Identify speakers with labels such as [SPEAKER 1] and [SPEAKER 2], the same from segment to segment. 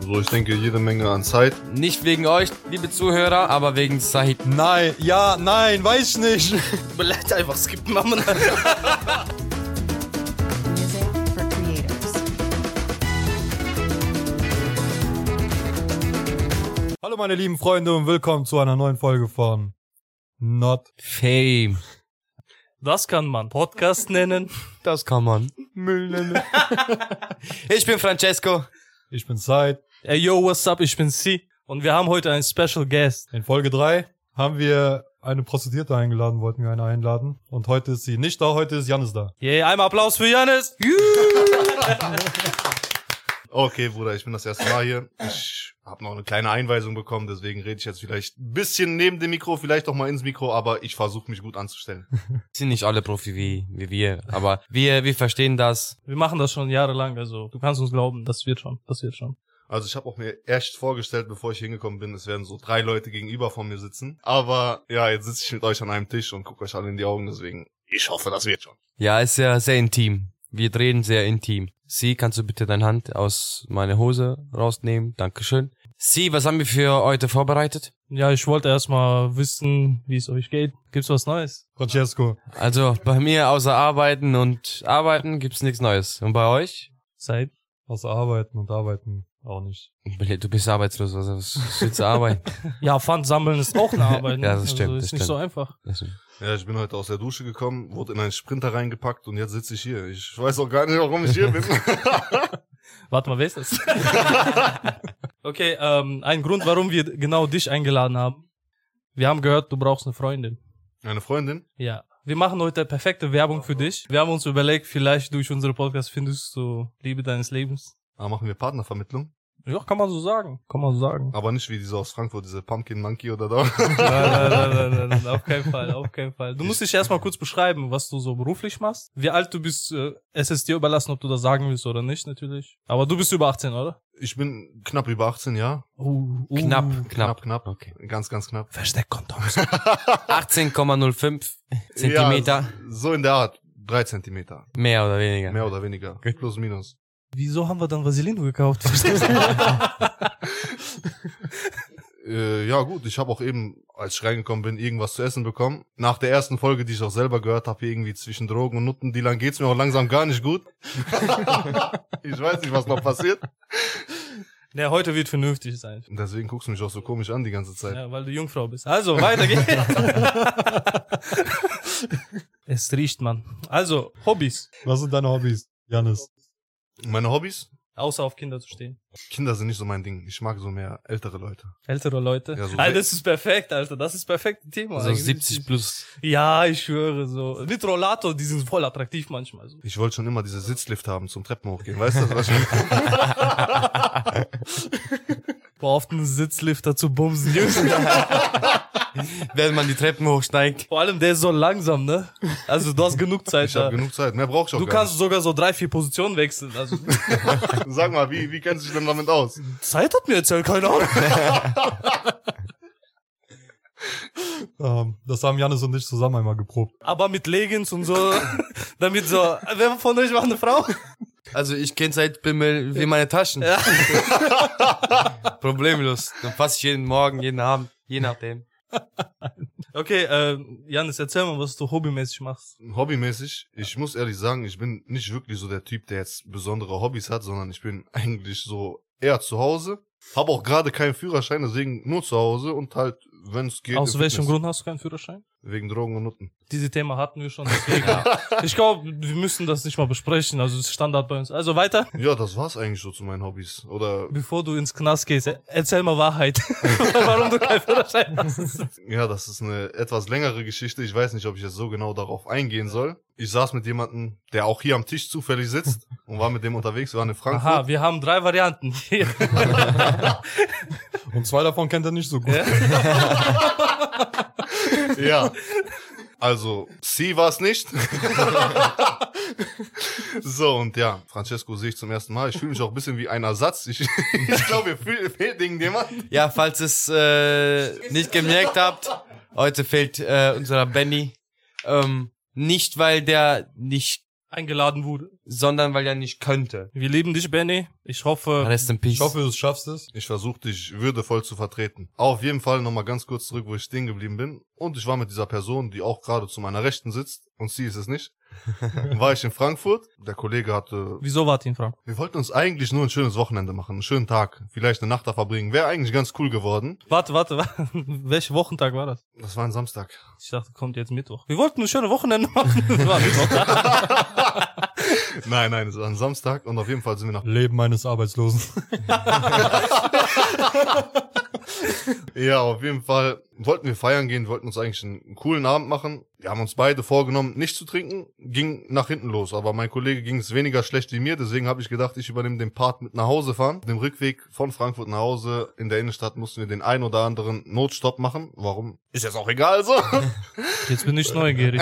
[SPEAKER 1] So, ich denke, jede Menge an Zeit.
[SPEAKER 2] Nicht wegen euch, liebe Zuhörer, aber wegen Sahid.
[SPEAKER 3] Nein, ja, nein, weiß nicht.
[SPEAKER 4] Bleibt einfach skippen, Mama.
[SPEAKER 5] Music for creators.
[SPEAKER 3] Hallo meine lieben Freunde und willkommen zu einer neuen Folge von Not.
[SPEAKER 2] Fame.
[SPEAKER 4] Das kann man Podcast nennen.
[SPEAKER 3] Das kann man Müll nennen.
[SPEAKER 2] Ich bin Francesco.
[SPEAKER 3] Ich bin Zeit.
[SPEAKER 4] Ey, yo, what's up? Ich bin C. Und wir haben heute einen Special Guest.
[SPEAKER 3] In Folge 3 haben wir eine Prostituierte eingeladen, wollten wir eine einladen. Und heute ist sie nicht da, heute ist Janis da.
[SPEAKER 4] Yay, einmal Applaus für Janis.
[SPEAKER 1] Okay, Bruder, ich bin das erste Mal hier. Ich habe noch eine kleine Einweisung bekommen, deswegen rede ich jetzt vielleicht ein bisschen neben dem Mikro, vielleicht auch mal ins Mikro, aber ich versuche mich gut anzustellen.
[SPEAKER 2] Sind nicht alle Profi wie, wie wir, aber wir, wir verstehen das.
[SPEAKER 4] Wir machen das schon jahrelang, also du kannst uns glauben, das wird schon, das wird schon.
[SPEAKER 1] Also ich habe auch mir echt vorgestellt, bevor ich hingekommen bin, es werden so drei Leute gegenüber von mir sitzen. Aber ja, jetzt sitze ich mit euch an einem Tisch und gucke euch alle in die Augen, deswegen ich hoffe, das wird schon.
[SPEAKER 2] Ja, ist ja sehr intim. Wir drehen sehr intim. Sie, kannst du bitte deine Hand aus meiner Hose rausnehmen? Dankeschön. Sie, was haben wir für heute vorbereitet?
[SPEAKER 4] Ja, ich wollte erstmal wissen, wie es euch geht. Gibt's was Neues?
[SPEAKER 3] Francesco,
[SPEAKER 2] Also, bei mir außer Arbeiten und Arbeiten gibt's nichts Neues. Und bei euch?
[SPEAKER 4] Seit?
[SPEAKER 3] außer Arbeiten und Arbeiten auch nicht.
[SPEAKER 2] Du bist arbeitslos, was, was willst du arbeiten?
[SPEAKER 4] Ja, Pfand sammeln ist auch eine Arbeit. ne?
[SPEAKER 2] Ja, das stimmt,
[SPEAKER 4] Also, ist
[SPEAKER 2] das
[SPEAKER 4] nicht
[SPEAKER 2] stimmt.
[SPEAKER 4] so einfach.
[SPEAKER 2] Also,
[SPEAKER 1] Ja, ich bin heute aus der Dusche gekommen, wurde in einen Sprinter reingepackt und jetzt sitze ich hier. Ich weiß auch gar nicht, warum ich hier bin.
[SPEAKER 4] Warte mal, wer ist das? okay, ähm, ein Grund, warum wir genau dich eingeladen haben. Wir haben gehört, du brauchst eine Freundin.
[SPEAKER 1] Eine Freundin?
[SPEAKER 4] Ja. Wir machen heute perfekte Werbung für dich. Wir haben uns überlegt, vielleicht durch unsere Podcast findest du Liebe deines Lebens.
[SPEAKER 1] Ah, machen wir Partnervermittlung?
[SPEAKER 4] Ja, kann man so sagen. Kann man so sagen.
[SPEAKER 1] Aber nicht wie diese aus Frankfurt, diese Pumpkin Monkey oder da.
[SPEAKER 4] nein, nein, nein, nein, nein, auf keinen Fall, auf keinen Fall. Du musst dich erstmal kurz beschreiben, was du so beruflich machst. Wie alt du bist, äh, es ist dir überlassen, ob du das sagen willst oder nicht, natürlich. Aber du bist über 18, oder?
[SPEAKER 1] Ich bin knapp über 18, ja?
[SPEAKER 4] Uh, uh.
[SPEAKER 2] Knapp, knapp.
[SPEAKER 1] Knapp, knapp.
[SPEAKER 2] Okay.
[SPEAKER 1] Ganz, ganz knapp.
[SPEAKER 4] Versteck Kondoms.
[SPEAKER 2] 18,05 Zentimeter.
[SPEAKER 1] Ja, so in der Art. Drei Zentimeter.
[SPEAKER 2] Mehr oder weniger.
[SPEAKER 1] also Mehr oder weniger. Plus, minus.
[SPEAKER 4] Wieso haben wir dann Vaseline gekauft?
[SPEAKER 1] Äh, ja gut, ich habe auch eben, als ich reingekommen bin, irgendwas zu essen bekommen. Nach der ersten Folge, die ich auch selber gehört habe, irgendwie zwischen Drogen und Nuttendealern geht's mir auch langsam gar nicht gut. ich weiß nicht, was noch passiert.
[SPEAKER 4] Der Ne, heute wird vernünftig sein.
[SPEAKER 1] Und deswegen guckst du mich auch so komisch an die ganze Zeit.
[SPEAKER 4] Ja, weil du Jungfrau bist. Also, weiter geht's. es riecht, man. Also, Hobbys.
[SPEAKER 3] Was sind deine Hobbys, Janis?
[SPEAKER 1] Meine Hobbys?
[SPEAKER 4] Außer auf Kinder zu stehen.
[SPEAKER 1] Kinder sind nicht so mein Ding. Ich mag so mehr ältere Leute.
[SPEAKER 4] Ältere Leute.
[SPEAKER 1] Ja, so
[SPEAKER 4] Alter,
[SPEAKER 1] se-
[SPEAKER 4] das ist perfekt, Alter. Das ist perfekte Thema.
[SPEAKER 2] So
[SPEAKER 4] eigentlich.
[SPEAKER 2] 70 Also plus.
[SPEAKER 4] Ja, ich schwöre so. Mit Rollator, die sind voll attraktiv manchmal. So.
[SPEAKER 1] Ich wollte schon immer diese Sitzlift haben zum Treppen hochgehen. Weißt du, was ich
[SPEAKER 4] Boah, auf den Sitzlifter zu bumsen, Jungs.
[SPEAKER 2] Wenn man die Treppen hochsteigt.
[SPEAKER 4] Vor allem, der ist so langsam, ne? Also, du hast genug Zeit.
[SPEAKER 1] Ich habe
[SPEAKER 4] da.
[SPEAKER 1] genug Zeit. Mehr brauch ich auch
[SPEAKER 4] Du
[SPEAKER 1] gar
[SPEAKER 4] kannst sogar so drei, vier Positionen wechseln. Also,
[SPEAKER 1] nicht. Sag mal, wie, wie kennst du dich denn damit aus?
[SPEAKER 4] Zeit hat mir erzählt, keine Ahnung.
[SPEAKER 3] Ähm, das haben Janis und ich zusammen einmal geprobt.
[SPEAKER 4] Aber mit Leggings und so, damit so, wer von euch war eine Frau?
[SPEAKER 2] Also ich kenn's halt Bimmel wie meine Taschen.
[SPEAKER 4] Ja.
[SPEAKER 2] Problemlos. Dann fasse ich jeden Morgen, jeden Abend, je nachdem.
[SPEAKER 4] Okay, äh, Janis, erzähl mal, was du hobbymäßig machst.
[SPEAKER 1] Hobbymäßig, ich muss ehrlich sagen, ich bin nicht wirklich so der Typ, der jetzt besondere Hobbys hat, sondern ich bin eigentlich so eher zu Hause. Hab auch gerade keinen Führerschein, deswegen nur zu Hause und halt, wenn es geht.
[SPEAKER 4] Aus
[SPEAKER 1] im
[SPEAKER 4] welchem
[SPEAKER 1] Fitness.
[SPEAKER 4] Grund hast du keinen Führerschein?
[SPEAKER 1] Wegen Drogen und Nutten.
[SPEAKER 4] Diese Thema hatten wir schon, deswegen. Ich glaube, wir müssen das nicht mal besprechen, also das ist Standard bei uns. Also weiter,
[SPEAKER 1] Ja, das war's eigentlich so zu meinen Hobbys. Oder
[SPEAKER 4] bevor du ins Knast gehst, er- erzähl mal Wahrheit, warum du keinen Führerschein hast.
[SPEAKER 1] Ja, das ist eine etwas längere Geschichte. Ich weiß nicht, ob ich jetzt so genau darauf eingehen soll. Ich saß mit jemandem, der auch hier am Tisch zufällig sitzt und war mit dem unterwegs. Wir waren in Frankfurt.
[SPEAKER 4] Aha, wir haben drei Varianten.
[SPEAKER 3] Und zwei davon kennt er nicht so gut.
[SPEAKER 1] Ja. Also, sie war es nicht. so, und ja, Francesco sehe ich zum ersten Mal. Ich fühle mich auch ein bisschen wie ein Ersatz. Ich, ich glaube, wir fehlt irgendjemand.
[SPEAKER 2] Ja, falls es äh, nicht gemerkt habt, heute fehlt äh, unser Benny. Ähm, nicht, weil der nicht
[SPEAKER 4] eingeladen wurde.
[SPEAKER 2] sondern weil er nicht könnte.
[SPEAKER 4] Wir lieben dich, Benny. Ich hoffe,
[SPEAKER 2] Rest in Peace.
[SPEAKER 3] Ich hoffe, du schaffst es.
[SPEAKER 1] Ich versuche dich würdevoll zu vertreten. Auf jeden Fall nochmal ganz kurz zurück, wo ich stehen geblieben bin. Und ich war mit dieser Person, die auch gerade zu meiner Rechten sitzt, und sie ist es nicht, war ich in Frankfurt. Der Kollege hatte
[SPEAKER 4] wieso wart ihr in Frankfurt?
[SPEAKER 1] Wir wollten uns eigentlich nur ein schönes Wochenende machen, einen schönen Tag, vielleicht eine Nacht da verbringen. Wäre eigentlich ganz cool geworden.
[SPEAKER 4] Warte, warte, warte. Welcher Wochentag war das?
[SPEAKER 1] Das war ein Samstag.
[SPEAKER 4] Ich dachte, kommt jetzt Mittwoch. Wir wollten ein schönes Wochenende machen. Das war Mittwoch.
[SPEAKER 1] Nein, nein, es war ein Samstag und auf jeden Fall sind wir nach.
[SPEAKER 3] Leben eines Arbeitslosen.
[SPEAKER 1] Ja, auf jeden Fall wollten wir feiern gehen, wollten uns eigentlich einen coolen Abend machen. Wir haben uns beide vorgenommen, nicht zu trinken, ging nach hinten los. Aber mein Kollege ging es weniger schlecht wie mir, deswegen habe ich gedacht, ich übernehme den Part mit nach Hause fahren. Auf dem Rückweg von Frankfurt nach Hause in der Innenstadt mussten wir den ein oder anderen Notstopp machen. Warum? Ist jetzt auch egal so.
[SPEAKER 4] Jetzt bin ich neugierig.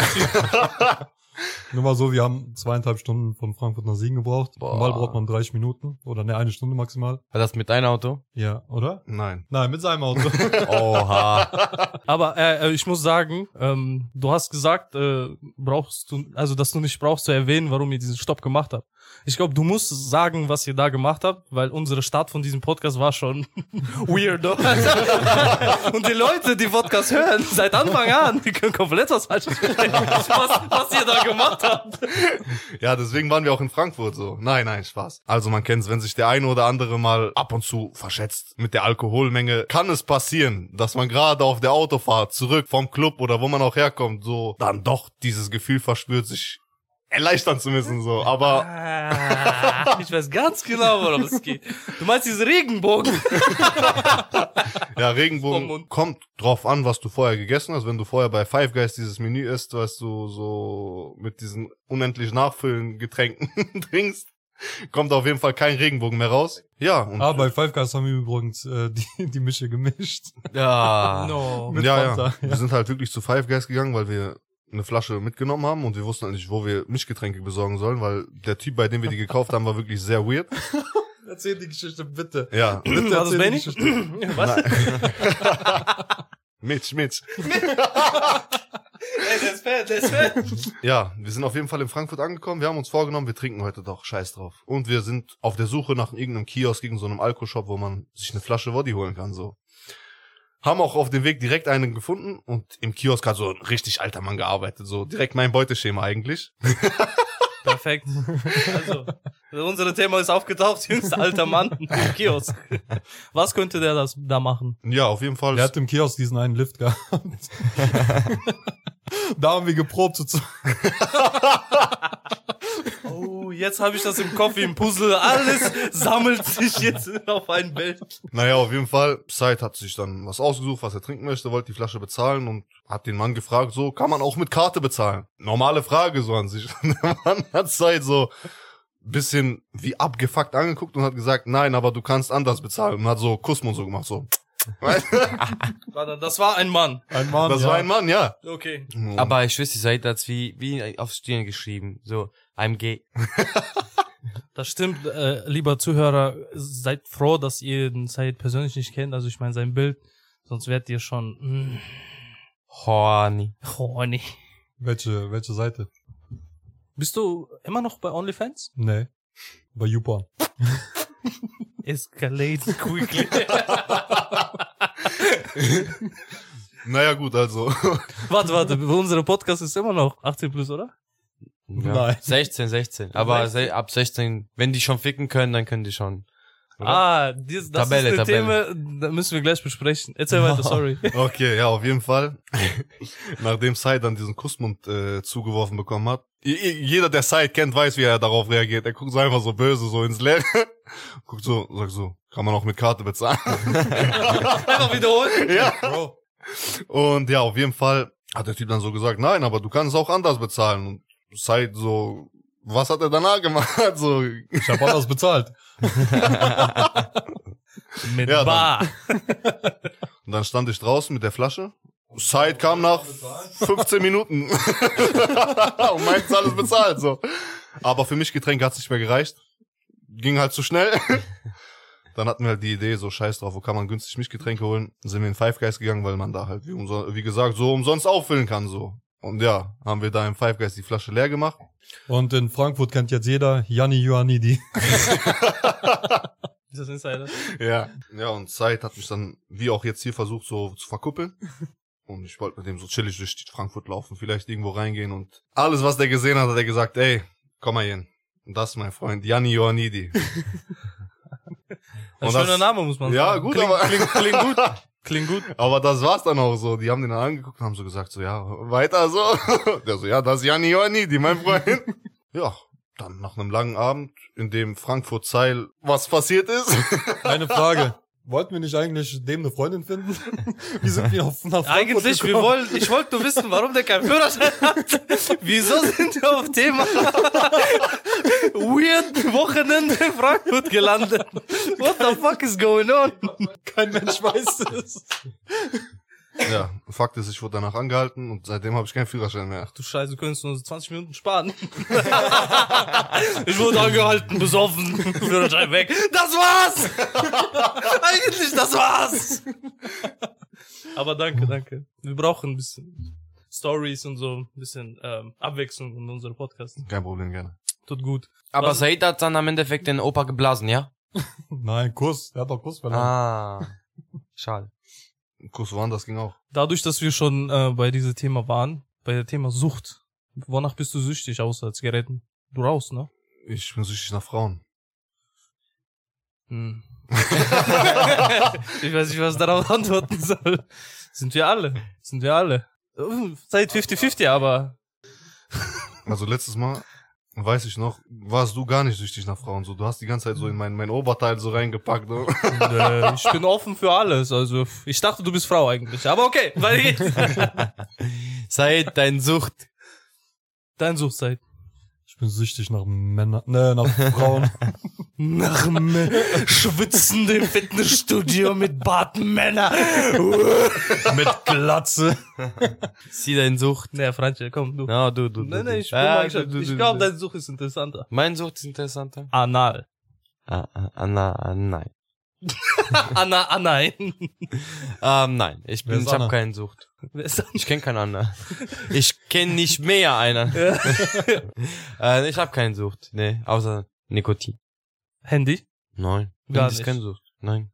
[SPEAKER 3] Nur mal so, wir haben zweieinhalb Stunden von Frankfurt nach Siegen gebraucht.
[SPEAKER 2] Boah.
[SPEAKER 3] Normal braucht man 30 Minuten oder ne, eine Stunde maximal.
[SPEAKER 2] War das mit deinem Auto?
[SPEAKER 3] Ja, oder?
[SPEAKER 1] Nein.
[SPEAKER 3] Nein, mit seinem Auto.
[SPEAKER 2] Oha.
[SPEAKER 4] Aber äh, äh, ich muss sagen, ähm, du hast gesagt, äh, brauchst du, also dass du nicht brauchst zu erwähnen, warum ihr diesen Stopp gemacht habt. Ich glaube, du musst sagen, was ihr da gemacht habt, weil unsere Start von diesem Podcast war schon weird. Und die Leute, die Podcast hören, seit Anfang an, die können komplett was Falsches verstehen, was, was ihr da gemacht habt.
[SPEAKER 1] Ja, deswegen waren wir auch in Frankfurt so. Nein, nein, Spaß. Also man kennt's, wenn sich der eine oder andere mal ab und zu verschätzt mit der Alkoholmenge, kann es passieren, dass man gerade auf der Autofahrt zurück vom Club oder wo man auch herkommt, so dann doch dieses Gefühl verspürt, sich erleichtern zu müssen so. Aber
[SPEAKER 4] Ah, ich weiß ganz genau, worum es geht. Du meinst diese Regenbogen?
[SPEAKER 1] ja,
[SPEAKER 4] Vom
[SPEAKER 1] Regenbogen
[SPEAKER 4] Mund.
[SPEAKER 1] kommt drauf an, was du vorher gegessen hast. Wenn du vorher bei Five Guys dieses Menü isst, was du so mit diesen unendlich nachfüllen Getränken trinkst, kommt auf jeden Fall kein Regenbogen mehr raus. Ja, und
[SPEAKER 3] ah, bei Five Guys haben wir übrigens äh, die, die Mische gemischt.
[SPEAKER 2] ja.
[SPEAKER 4] No.
[SPEAKER 3] Mit
[SPEAKER 1] ja,
[SPEAKER 3] Fanta,
[SPEAKER 1] ja.
[SPEAKER 3] ja.
[SPEAKER 1] Wir sind halt wirklich zu Five Guys gegangen, weil wir eine Flasche mitgenommen haben und wir wussten halt nicht, wo wir Mischgetränke besorgen sollen, weil der Typ, bei dem wir die gekauft haben, war wirklich sehr weird.
[SPEAKER 3] Erzähl die Geschichte, bitte.
[SPEAKER 1] Ja.
[SPEAKER 3] Bitte
[SPEAKER 4] War das
[SPEAKER 3] erzähl die
[SPEAKER 4] Benny?
[SPEAKER 3] Geschichte.
[SPEAKER 4] Was?
[SPEAKER 1] Mitch, Mitch.
[SPEAKER 4] Ey, der ist fett, der ist fett.
[SPEAKER 1] Ja, wir sind auf jeden Fall in Frankfurt angekommen. Wir haben uns vorgenommen, wir trinken heute doch. Scheiß drauf. Und wir sind auf der Suche nach irgendeinem Kiosk, gegen so einem Alkoshop, wo man sich eine Flasche Woddy holen kann, so. Haben auch auf dem Weg direkt einen gefunden und im Kiosk hat so ein richtig alter Mann gearbeitet, so direkt mein Beuteschema eigentlich.
[SPEAKER 4] Perfekt. Also, unser Thema ist aufgetaucht, jüngster alter Mann im Kiosk. Was könnte der das da machen?
[SPEAKER 1] Ja, auf jeden Fall.
[SPEAKER 3] Der hat im Kiosk diesen einen Lift gehabt. da haben wir geprobt. So zu,
[SPEAKER 4] Oh, jetzt habe ich das im Kopf wie im Puzzle. Alles sammelt sich jetzt auf ein Bild.
[SPEAKER 1] Naja, auf jeden Fall, Said hat sich dann was ausgesucht, was er trinken möchte, wollte die Flasche bezahlen und hat den Mann gefragt, so, kann man auch mit Karte bezahlen? Normale Frage so an sich. Und der Mann hat Said so bisschen wie abgefuckt angeguckt und hat gesagt, nein, aber du kannst anders bezahlen. Und hat so Kussmund so gemacht, so.
[SPEAKER 4] Warte, Das war ein Mann.
[SPEAKER 3] ein Mann,
[SPEAKER 1] Das
[SPEAKER 3] ja.
[SPEAKER 1] war ein Mann, ja.
[SPEAKER 4] Okay.
[SPEAKER 2] Aber ich wüsste, ihr seid das wie, wie auf Stirn geschrieben. So, I'm gay.
[SPEAKER 4] Das stimmt, äh, lieber Zuhörer, seid froh, dass ihr den Said persönlich nicht kennt. Also ich meine sein Bild, sonst werdet ihr schon. Mm,
[SPEAKER 2] Horny.
[SPEAKER 4] oh nee.
[SPEAKER 3] welche, welche Seite?
[SPEAKER 4] Bist du immer noch bei OnlyFans?
[SPEAKER 3] Nee. Bei YouPorn.
[SPEAKER 4] Escalate quickly.
[SPEAKER 1] Naja, gut, also.
[SPEAKER 4] warte, warte, unsere Podcast ist immer noch 18 plus, oder?
[SPEAKER 2] Ja.
[SPEAKER 3] Nein.
[SPEAKER 2] 16, 16. Aber se- ab 16, wenn die schon ficken können, dann können die schon.
[SPEAKER 4] Ah, dies, das
[SPEAKER 2] Tabelle,
[SPEAKER 4] ist ein
[SPEAKER 2] Tabelle.
[SPEAKER 4] Thema, da müssen wir gleich besprechen. Erzähl weiter, sorry.
[SPEAKER 1] Okay, ja, auf jeden Fall. Nachdem Said dann diesen Kussmund äh, zugeworfen bekommen hat. i- i- Jeder, der Said kennt, weiß, wie er darauf reagiert. Er guckt so einfach so böse, so ins Leere. Guckt so, sagt so, kann man auch mit Karte bezahlen.
[SPEAKER 4] Einfach wiederholen.
[SPEAKER 1] ja.
[SPEAKER 3] Bro.
[SPEAKER 1] Und ja, auf jeden Fall hat der Typ dann so gesagt, nein, aber du kannst auch anders bezahlen. Und Said so, was hat er danach gemacht? So,
[SPEAKER 3] Ich habe anders bezahlt.
[SPEAKER 4] Mit
[SPEAKER 1] Ja, dann-
[SPEAKER 4] Bar.
[SPEAKER 1] und dann stand ich draußen mit der Flasche. Said kam nach 15 Minuten. und meint, alles bezahlt, so. Aber für mich Getränk hat's nicht mehr gereicht. Ging halt zu schnell. Dann hatten wir halt die Idee, so scheiß drauf, wo kann man günstig Mischgetränke holen? Dann sind wir in Five Guys gegangen, weil man da halt, wie, umso- wie gesagt, so umsonst auffüllen kann, so. Und ja, haben wir da im Five Guys die Flasche leer gemacht.
[SPEAKER 3] Und in Frankfurt kennt jetzt jeder Janni Ioannidi.
[SPEAKER 4] Ist das Insider?
[SPEAKER 1] Ja. Ja, und Zeit hat mich dann, wie auch jetzt hier, versucht, so zu verkuppeln. Und ich wollte mit dem so chillig durch die Frankfurt laufen, vielleicht irgendwo reingehen und alles, was der gesehen hat, hat er gesagt, ey, komm mal hin. Und das ist mein Freund, Janni Ioannidi.
[SPEAKER 4] Ein
[SPEAKER 1] Und
[SPEAKER 4] schöner
[SPEAKER 1] das-
[SPEAKER 4] Name, muss man
[SPEAKER 1] Ja,
[SPEAKER 4] sagen.
[SPEAKER 1] gut,
[SPEAKER 4] klingt,
[SPEAKER 1] aber-
[SPEAKER 4] klingt, klingt gut. Klingt gut.
[SPEAKER 1] Aber das war's dann auch so. Die haben den dann angeguckt und haben so gesagt, so, ja, weiter so. Der so, ja, das ist Janni Ioannidi, mein Freund. Ja, dann nach einem langen Abend, in dem Frankfurt Zeil was passiert ist.
[SPEAKER 3] Eine Frage. Wollten wir nicht eigentlich dem eine Freundin finden? Wie sind wir auf nach Frankfurt
[SPEAKER 4] Eigentlich, wir
[SPEAKER 3] gekommen?
[SPEAKER 4] wollen, ich wollte nur wissen, warum der keinen Führerschein hat. Wieso sind wir auf Thema Weird Wochenende in Frankfurt gelandet? What the fuck is going on?
[SPEAKER 3] Kein Mensch weiß es.
[SPEAKER 1] Ja, Fakt ist, ich wurde danach angehalten und seitdem habe ich keinen Führerschein mehr.
[SPEAKER 4] Du Scheiße, du könntest nur so 20 Minuten sparen. ich wurde angehalten, besoffen, Führerschein weg. Das war's! Eigentlich, das war's! Aber danke, danke. Wir brauchen ein bisschen Stories und so, ein bisschen ähm, Abwechslung in unserem Podcast.
[SPEAKER 1] Kein Problem, gerne.
[SPEAKER 4] Tut gut.
[SPEAKER 2] Aber
[SPEAKER 4] Was-
[SPEAKER 2] Said hat dann am Endeffekt den Opa geblasen, ja?
[SPEAKER 3] Nein, Kuss. Er hat doch Kuss verloren.
[SPEAKER 2] Ah. Schade.
[SPEAKER 1] Kuss woanders ging auch.
[SPEAKER 4] Dadurch, dass wir schon äh, bei diesem Thema waren, bei dem Thema Sucht, wonach bist du süchtig außer als Geräten? Du raus, ne?
[SPEAKER 1] Ich bin süchtig nach Frauen.
[SPEAKER 4] Hm. ich weiß nicht, was ich darauf antworten soll. Sind wir alle. Sind wir alle. Uh, Seit 50-50, aber.
[SPEAKER 1] Also letztes Mal, weiß ich noch, warst du gar nicht süchtig nach Frauen. So, du hast die ganze Zeit so in mein, mein Oberteil so reingepackt. ne?
[SPEAKER 4] Äh, ich bin offen für alles. Also, ich dachte, du bist Frau eigentlich. Aber okay, weiter geht's.
[SPEAKER 2] Said, dein Sucht.
[SPEAKER 4] Dein Suchtzeit.
[SPEAKER 3] Ich bin süchtig nach Männern, ne, nach Frauen.
[SPEAKER 4] Nach dem äh, schwitzenden Fitnessstudio mit Bartmänner.
[SPEAKER 3] mit Glatze.
[SPEAKER 2] Sie, dein Sucht.
[SPEAKER 4] Nee, Franche, komm, du.
[SPEAKER 2] Na, du, du, du.
[SPEAKER 4] Nein,
[SPEAKER 2] du.
[SPEAKER 4] nein, ich bin
[SPEAKER 2] Ah, du,
[SPEAKER 4] mal gespannt.
[SPEAKER 2] du, du,
[SPEAKER 4] Ich glaube,
[SPEAKER 2] du.
[SPEAKER 4] dein Such ist interessanter.
[SPEAKER 2] Mein Sucht ist interessanter.
[SPEAKER 4] Anal.
[SPEAKER 2] Ah, ah, ah, na, ah, nein.
[SPEAKER 4] Anna, Annein.
[SPEAKER 2] Ähm, nein, ich
[SPEAKER 3] Wer
[SPEAKER 2] bin,
[SPEAKER 3] ist
[SPEAKER 2] ich habe
[SPEAKER 3] Anna?
[SPEAKER 2] keinen Sucht.
[SPEAKER 4] Wer ist das?
[SPEAKER 2] Ich kenne keinen anderen. Ich kenne nicht mehr einen.
[SPEAKER 4] Ja.
[SPEAKER 2] äh, ich habe keinen Sucht. Nee, außer Nikotin.
[SPEAKER 4] Handy?
[SPEAKER 2] Nein.
[SPEAKER 4] Gar
[SPEAKER 2] Das ist
[SPEAKER 4] nicht.
[SPEAKER 2] keine Sucht. Nein.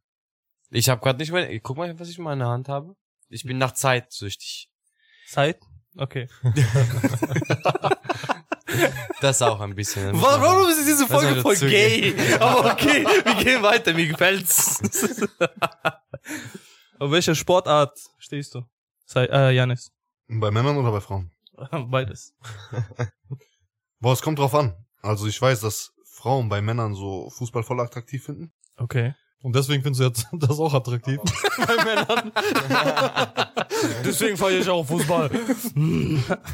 [SPEAKER 2] Ich habe gerade nicht mehr. Guck mal, was ich in meiner Hand habe. Ich bin nach Zeit süchtig.
[SPEAKER 4] Zeit? Okay.
[SPEAKER 2] Das auch ein bisschen.
[SPEAKER 4] Warum ist diese
[SPEAKER 2] Folge soll
[SPEAKER 4] Folge voll
[SPEAKER 2] dazu
[SPEAKER 4] gay? Aber okay, wir gehen weiter, mir gefällt's. Auf welcher Sportart stehst du? Sei, äh, Janis.
[SPEAKER 1] Bei Männern oder bei Frauen?
[SPEAKER 4] Beides.
[SPEAKER 1] Boah, es kommt drauf an. Also ich weiß, dass Frauen bei Männern so Fußball voll attraktiv finden.
[SPEAKER 4] Okay.
[SPEAKER 3] Und deswegen findest du jetzt das auch attraktiv.
[SPEAKER 4] Deswegen feiere ich auch Fußball.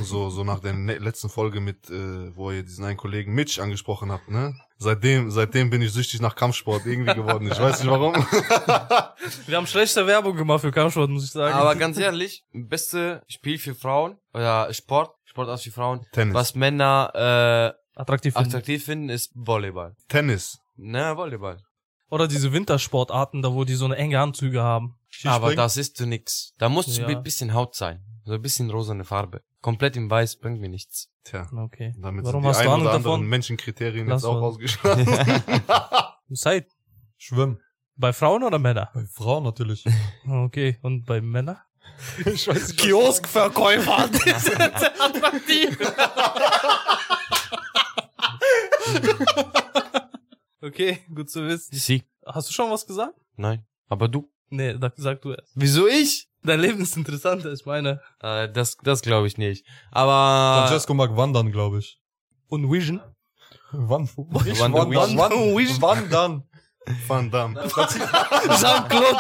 [SPEAKER 1] So, so nach der ne- letzten Folge mit, äh, wo ihr diesen einen Kollegen Mitch angesprochen habt, ne? Seitdem, seitdem bin ich süchtig nach Kampfsport irgendwie geworden. Ich weiß nicht warum.
[SPEAKER 4] wir haben schlechte Werbung gemacht für Kampfsport, muss ich sagen.
[SPEAKER 2] Aber ganz ehrlich, beste Spiel für Frauen oder Sport, Sportart für Frauen,
[SPEAKER 1] Tennis.
[SPEAKER 2] was Männer
[SPEAKER 4] attraktiv.
[SPEAKER 2] äh, attraktiv finden, ist Volleyball.
[SPEAKER 1] Tennis.
[SPEAKER 2] Na, Volleyball.
[SPEAKER 4] Oder diese Wintersportarten, da wo die so eine enge Anzüge haben.
[SPEAKER 2] Aber das ist zu nix. Da muss
[SPEAKER 4] Ja.
[SPEAKER 2] ein bisschen Haut sein. So ein bisschen rosane Farbe. Komplett in weiß bringt mir nichts.
[SPEAKER 1] Tja.
[SPEAKER 4] Okay.
[SPEAKER 1] Damit sind
[SPEAKER 4] Warum
[SPEAKER 1] die
[SPEAKER 4] hast du
[SPEAKER 1] ein
[SPEAKER 4] Ahnung
[SPEAKER 1] oder
[SPEAKER 4] davon?
[SPEAKER 1] anderen Menschenkriterien
[SPEAKER 4] Lass
[SPEAKER 1] jetzt auch
[SPEAKER 4] mal.
[SPEAKER 1] ausgeschlossen.
[SPEAKER 4] Zeit.
[SPEAKER 3] Schwimmen.
[SPEAKER 4] Bei Frauen oder Männer?
[SPEAKER 3] Bei Frauen natürlich.
[SPEAKER 4] Okay. Und bei Männern?
[SPEAKER 3] Ich weiß nicht.
[SPEAKER 4] Kioskverkäufer. die sind attraktiv. okay, gut zu wissen.
[SPEAKER 2] Sie?
[SPEAKER 4] Hast du schon was gesagt?
[SPEAKER 2] Nein. Aber du?
[SPEAKER 4] Nee, da, sag du erst.
[SPEAKER 2] Wieso ich?
[SPEAKER 4] Dein Leben ist interessanter, ich meine.
[SPEAKER 2] Äh, das das glaube ich nicht. Aber
[SPEAKER 3] Francesco mag wandern, glaube ich.
[SPEAKER 4] Und Vision?
[SPEAKER 3] Wand
[SPEAKER 2] Wand-
[SPEAKER 3] wandern.
[SPEAKER 2] Wand-
[SPEAKER 3] Wand- Wandern.
[SPEAKER 1] Van Damme.
[SPEAKER 4] Jean-Claude.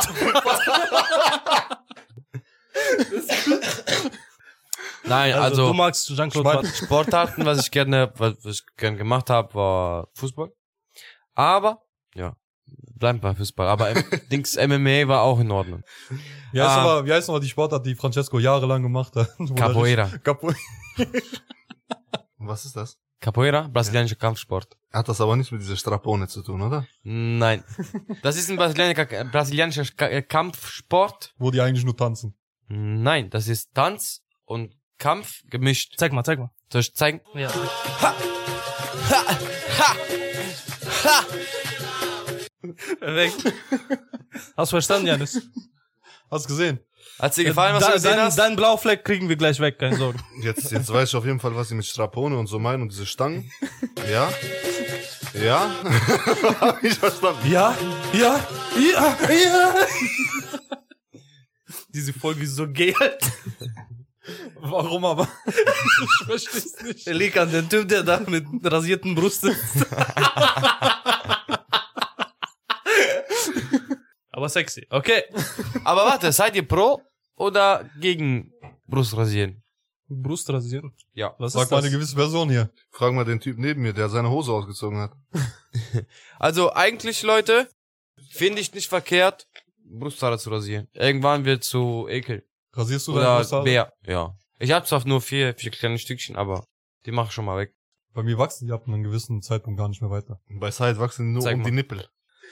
[SPEAKER 2] nein,
[SPEAKER 4] Also, du
[SPEAKER 2] also,
[SPEAKER 4] magst Jean-Claude Van
[SPEAKER 2] Sportarten, was ich gerne was, was ich gerne gemacht habe, war Fußball. Aber ja, bleibt bei Fußball, aber im- Dings MMA war auch in Ordnung.
[SPEAKER 3] Wie heißt,
[SPEAKER 2] Ah.
[SPEAKER 3] nochmal, wie heißt nochmal die Sportart, die Francesco jahrelang gemacht hat? Wo der
[SPEAKER 2] Capoeira.
[SPEAKER 3] richtig- Capoeira.
[SPEAKER 1] Was ist das?
[SPEAKER 2] Capoeira, brasilianischer Kampfsport.
[SPEAKER 1] Hat das aber nichts mit dieser Strapone zu tun, oder?
[SPEAKER 2] Nein. Das ist ein brasilianischer, brasilianischer Ka- äh, Kampfsport.
[SPEAKER 3] Wo die eigentlich nur tanzen.
[SPEAKER 2] Nein, das ist Tanz und Kampf gemischt.
[SPEAKER 4] Zeig mal, zeig mal.
[SPEAKER 2] Soll ich zeigen?
[SPEAKER 4] Ja. Perfekt. Hast du verstanden, Janis?
[SPEAKER 3] Hast gesehen?
[SPEAKER 2] Hat's dir gefallen, was
[SPEAKER 4] Dein-
[SPEAKER 2] du gesehen
[SPEAKER 4] dein,
[SPEAKER 2] hast?
[SPEAKER 4] Dein Blaufleck kriegen wir gleich weg, keine Sorge.
[SPEAKER 1] Jetzt, jetzt weiß ich auf jeden Fall, was sie mit Strapone und so meinen und diese Stangen. Ja? Ja? Hab ich verstanden.
[SPEAKER 4] Ja, ja, ja, ja. Diese Folge ist so geil.
[SPEAKER 3] Warum aber?
[SPEAKER 4] Ich versteh's nicht. Er liegt an den Typ, der da mit rasierten Brust sitzt. Aber sexy. Okay.
[SPEAKER 2] Aber warte, seid ihr pro oder gegen Brustrasieren?
[SPEAKER 4] Brust rasieren.
[SPEAKER 2] Ja.
[SPEAKER 4] Was
[SPEAKER 3] Sag
[SPEAKER 4] ist
[SPEAKER 3] mal
[SPEAKER 4] das?
[SPEAKER 3] eine gewisse Person hier.
[SPEAKER 1] Frag mal den Typ neben mir, der seine Hose ausgezogen hat.
[SPEAKER 2] Also eigentlich, Leute, finde ich nicht verkehrt, Brusthaare zu rasieren. Irgendwann wird zu Ekel.
[SPEAKER 3] Rasierst du deine
[SPEAKER 2] Oder
[SPEAKER 3] Brusthaare?
[SPEAKER 2] Bär. Ja. Ich hab zwar nur vier, vier kleine Stückchen, aber die mach ich schon mal weg.
[SPEAKER 3] Bei mir wachsen die ab einem gewissen Zeitpunkt gar nicht mehr weiter.
[SPEAKER 1] Bei Side wachsen nur
[SPEAKER 2] Zeig
[SPEAKER 1] um
[SPEAKER 2] mal.
[SPEAKER 1] die Nippel.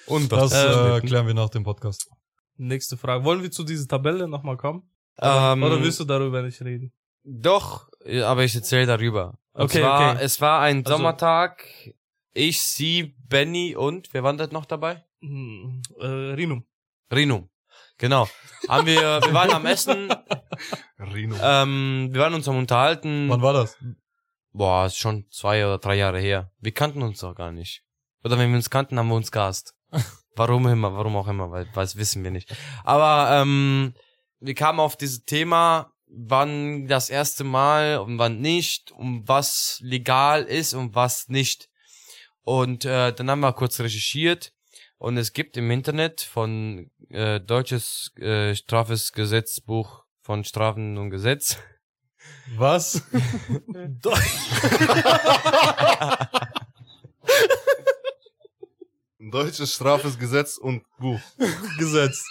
[SPEAKER 3] Und das
[SPEAKER 4] Ähm,
[SPEAKER 3] äh, klären wir nach dem Podcast.
[SPEAKER 4] Nächste Frage. Wollen wir zu dieser Tabelle nochmal kommen?
[SPEAKER 2] Ähm,
[SPEAKER 4] Oder willst du darüber nicht reden?
[SPEAKER 2] Doch, äh, aber ich erzähle darüber. Und
[SPEAKER 4] Okay,
[SPEAKER 2] zwar,
[SPEAKER 4] okay.
[SPEAKER 2] Es war ein
[SPEAKER 4] Also-
[SPEAKER 2] Sommertag. Ich, sie, Benny und wer war denn noch dabei?
[SPEAKER 4] Hm, äh, Rinum.
[SPEAKER 2] Rino. Genau. Haben wir, wir waren am Essen,
[SPEAKER 1] Rino.
[SPEAKER 2] ähm, wir waren uns am Unterhalten.
[SPEAKER 3] Wann war das?
[SPEAKER 2] Boah, ist schon zwei oder drei Jahre her. Wir kannten uns doch gar nicht. Oder wenn wir uns kannten, haben wir uns gehasst. Warum immer, warum auch immer, weil das wissen wir nicht. Aber ähm, wir kamen auf dieses Thema, wann das erste Mal und wann nicht, und was legal ist und was nicht. Und äh, dann haben wir kurz recherchiert und es gibt im Internet von äh, Deutsches äh, Strafesgesetzbuch von Strafen und Gesetz
[SPEAKER 3] Was?
[SPEAKER 1] Deutsches strafes Gesetz und Buch.
[SPEAKER 3] Gesetz.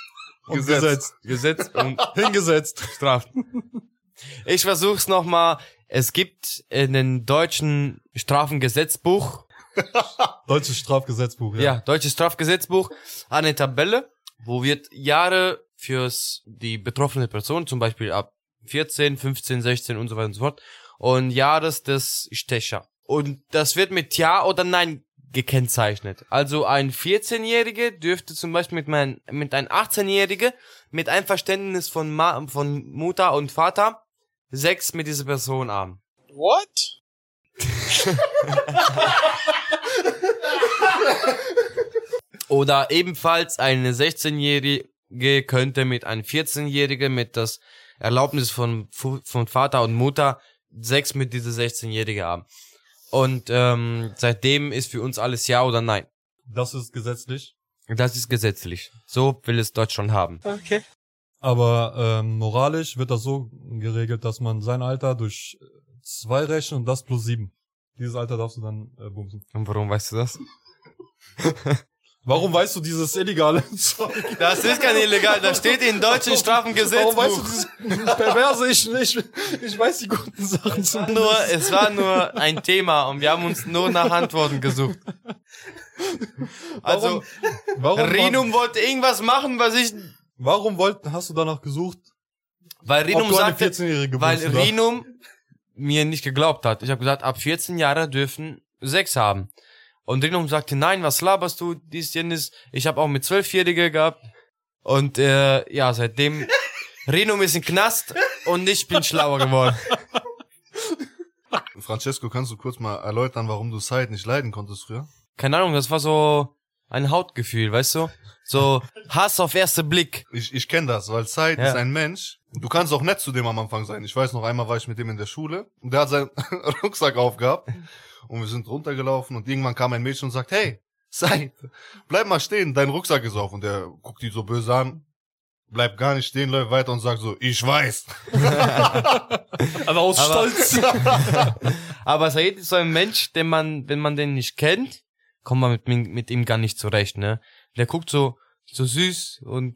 [SPEAKER 3] Und
[SPEAKER 1] Gesetz.
[SPEAKER 3] Gesetz.
[SPEAKER 2] Gesetz und
[SPEAKER 3] Hingesetzt.
[SPEAKER 2] Strafen. Ich versuch's nochmal. Es gibt in den deutschen Strafengesetzbuch,
[SPEAKER 3] Deutsches Strafgesetzbuch,
[SPEAKER 2] ja,
[SPEAKER 3] ja.
[SPEAKER 2] deutsches Strafgesetzbuch, eine Tabelle, wo wird Jahre fürs die betroffene Person, zum Beispiel ab 14, 15, 16 und so weiter und so fort, und Jahres des Stecher. Und das wird mit Ja oder Nein gekennzeichnet. Also ein 14-Jährige dürfte zum Beispiel mit, mein, mit einem 18-Jährige mit Einverständnis von, Ma, von Mutter und Vater Sex mit dieser Person haben.
[SPEAKER 6] What?
[SPEAKER 2] Oder ebenfalls eine 16-Jährige könnte mit einem 14-Jährigen mit das Erlaubnis von, Fu- von Vater und Mutter Sex mit dieser 16-Jährige haben. Und ähm, seitdem ist für uns alles Ja oder Nein.
[SPEAKER 3] Das ist gesetzlich.
[SPEAKER 2] Das ist gesetzlich. So will es Deutschland haben.
[SPEAKER 6] Okay.
[SPEAKER 3] Aber ähm, moralisch wird das so geregelt, dass man sein Alter durch äh, zwei rechnet und das plus sieben. Dieses Alter darfst du dann äh, bumsen.
[SPEAKER 2] Und warum weißt du das?
[SPEAKER 3] Warum weißt du dieses illegale Zeug?
[SPEAKER 2] Das ist kein illegal. Das steht in deutschen Strafengesetzbuch.
[SPEAKER 3] Warum weißt du dieses perverse? Ich, ich, ich weiß die guten Sachen zu
[SPEAKER 2] nur, es war nur ein Thema und wir haben uns nur nach Antworten gesucht. Also,
[SPEAKER 3] Warum,
[SPEAKER 2] Renum wollte irgendwas machen, was ich
[SPEAKER 3] warum wollt, hast du danach gesucht,
[SPEAKER 2] Weil
[SPEAKER 3] ob
[SPEAKER 2] Renum
[SPEAKER 3] du
[SPEAKER 2] sagte,
[SPEAKER 3] eine 14-Jährige
[SPEAKER 2] weil
[SPEAKER 3] bumsen darfst?
[SPEAKER 2] Renum mir nicht geglaubt hat. Ich habe gesagt, ab 14 Jahre dürfen Sex haben. Und Renum sagte, nein, was laberst du, dies, jenes. Ich habe auch mit 12-Jährige gehabt. Und äh, ja, seitdem, Renum ist im Knast und ich bin schlauer geworden.
[SPEAKER 1] Francesco, kannst du kurz mal erläutern, warum du Side nicht leiden konntest früher?
[SPEAKER 2] Keine Ahnung, das war so ein Hautgefühl, weißt du? So Hass auf erste Blick.
[SPEAKER 1] Ich, ich kenne das, weil Zeit
[SPEAKER 2] Ja.
[SPEAKER 1] ist ein Mensch. Du kannst auch nett zu dem am Anfang sein. Ich weiß noch, einmal war ich mit dem in der Schule und der hat seinen Rucksack aufgehabt und wir sind runtergelaufen und irgendwann kam ein Mädchen und sagt, hey, Zeit, bleib mal stehen, dein Rucksack ist auf. Und der guckt die so böse an, bleibt gar nicht stehen, läuft weiter und sagt so, ich weiß.
[SPEAKER 4] Aber aus
[SPEAKER 2] Aber-
[SPEAKER 4] Stolz.
[SPEAKER 2] Aber Said ist so ein Mensch, den man, wenn man den nicht kennt, kommt man mit, ihm- mit ihm gar nicht zurecht, ne? Der guckt so, so süß und,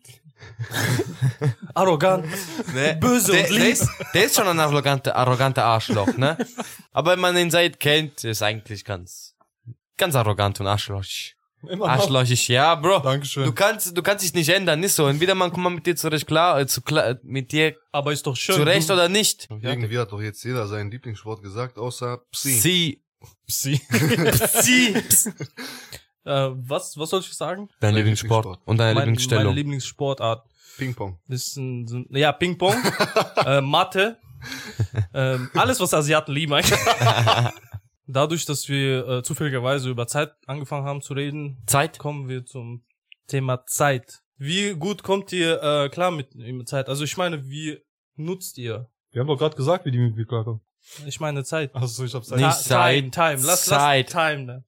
[SPEAKER 4] Arrogant.
[SPEAKER 2] ne?
[SPEAKER 4] Böse
[SPEAKER 2] der,
[SPEAKER 4] und lieb.
[SPEAKER 2] Der ist, der ist schon ein arroganter, arroganter Arschloch, ne? Aber wenn man den Said kennt, ist eigentlich ganz, ganz arrogant und arschloch.
[SPEAKER 3] Immer noch.
[SPEAKER 2] Arschlochig, ja, Bro.
[SPEAKER 3] Dankeschön.
[SPEAKER 2] Du kannst, du kannst dich nicht ändern, nicht so. Entweder man kommt mal mit dir zurecht klar, äh, zu klar, äh, mit dir
[SPEAKER 4] Aber ist doch schön.
[SPEAKER 2] zurecht
[SPEAKER 4] du,
[SPEAKER 2] oder nicht.
[SPEAKER 1] Irgendwie hat doch jetzt jeder seinen Lieblingssport gesagt, außer Psi.
[SPEAKER 2] Sie.
[SPEAKER 3] Psi.
[SPEAKER 2] Sie.
[SPEAKER 4] äh, was, was soll ich sagen?
[SPEAKER 2] Dein
[SPEAKER 1] Mein
[SPEAKER 2] Lieblingssport
[SPEAKER 1] Lieblingssport.
[SPEAKER 2] und deine
[SPEAKER 4] Mein-
[SPEAKER 2] Lieblingsstellung.
[SPEAKER 4] Meine Lieblingssportart.
[SPEAKER 1] Ping-Pong.
[SPEAKER 4] Das ist ein, so ein- ja, Ping-Pong, äh, Mathe, ähm, alles, was Asiaten lieben eigentlich. Dadurch, dass wir äh, zufälligerweise über Zeit angefangen haben zu reden,
[SPEAKER 2] Zeit?
[SPEAKER 4] kommen wir zum Thema Zeit. Wie gut kommt ihr äh, klar mit, mit Zeit? Also ich meine, wie nutzt ihr?
[SPEAKER 3] Wir haben doch gerade gesagt, wie die mit mir klarkommen.
[SPEAKER 4] Ich meine Zeit.
[SPEAKER 3] Achso, ich hab's
[SPEAKER 2] Nicht
[SPEAKER 4] Ta-
[SPEAKER 2] Zeit,
[SPEAKER 4] Time, time. Lass,
[SPEAKER 2] Zeit.
[SPEAKER 4] lass Time. Ne?